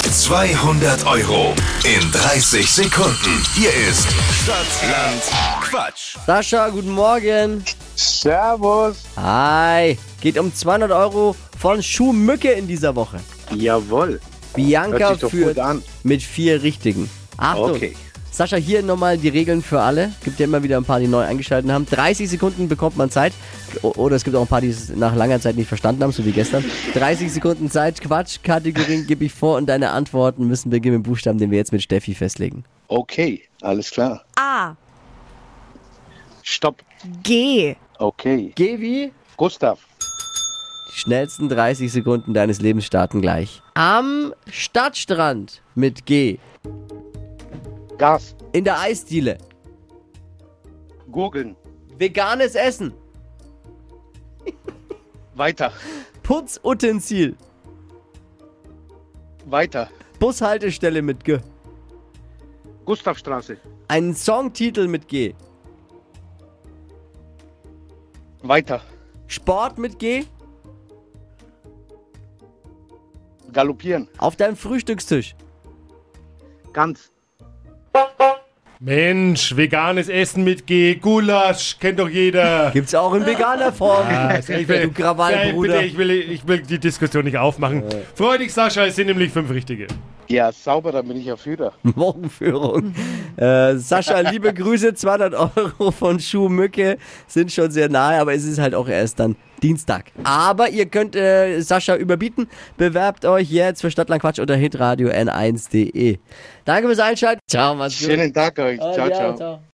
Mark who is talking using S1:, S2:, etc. S1: 200 Euro in 30 Sekunden. Hier ist Stadtland Quatsch.
S2: Sascha, guten Morgen.
S3: Servus.
S2: Hi. Geht um 200 Euro von Schuhmücke in dieser Woche.
S3: Jawohl.
S2: Bianca
S3: Hört sich doch
S2: führt
S3: gut an.
S2: mit vier Richtigen. Achtung.
S3: Okay.
S2: Sascha, hier nochmal die Regeln für alle. Gibt ja immer wieder ein paar, die neu eingeschaltet haben. 30 Sekunden bekommt man Zeit. O- Oder es gibt auch ein paar, die es nach langer Zeit nicht verstanden haben, so wie gestern. 30 Sekunden Zeit, Quatsch, Kategorien gebe ich vor und deine Antworten müssen beginnen mit Buchstaben, den wir jetzt mit Steffi festlegen.
S3: Okay, alles klar.
S4: A.
S3: Stopp.
S4: G.
S3: Okay.
S2: Geh wie?
S3: Gustav.
S2: Die schnellsten 30 Sekunden deines Lebens starten gleich. Am Stadtstrand mit G.
S3: Gas.
S2: In der Eisdiele.
S3: Gurgeln.
S2: Veganes Essen.
S3: Weiter.
S2: Putzutensil.
S3: Weiter.
S2: Bushaltestelle mit G.
S3: Gustavstraße.
S2: Einen Songtitel mit G.
S3: Weiter.
S2: Sport mit G.
S3: Galoppieren.
S2: Auf deinem Frühstückstisch.
S3: Ganz.
S5: Mensch, veganes Essen mit G, Gulasch, kennt doch jeder.
S2: Gibt's auch in veganer Form. du
S5: Nein,
S2: Krawallbruder.
S5: bitte, ich will, ich will die Diskussion nicht aufmachen. Freu dich, Sascha, es sind nämlich fünf richtige.
S3: Ja, sauber, da bin ich ja Führer.
S2: Morgenführung. Äh, Sascha, liebe Grüße. 200 Euro von Schuhmücke sind schon sehr nahe, aber es ist halt auch erst dann Dienstag. Aber ihr könnt äh, Sascha überbieten. Bewerbt euch jetzt für Stadtland Quatsch unter hitradio n1.de. Danke fürs Einschalten. Ciao, macht's gut.
S3: Schönen Tag euch.
S2: Ah,
S3: ciao.
S2: ja,
S3: ciao.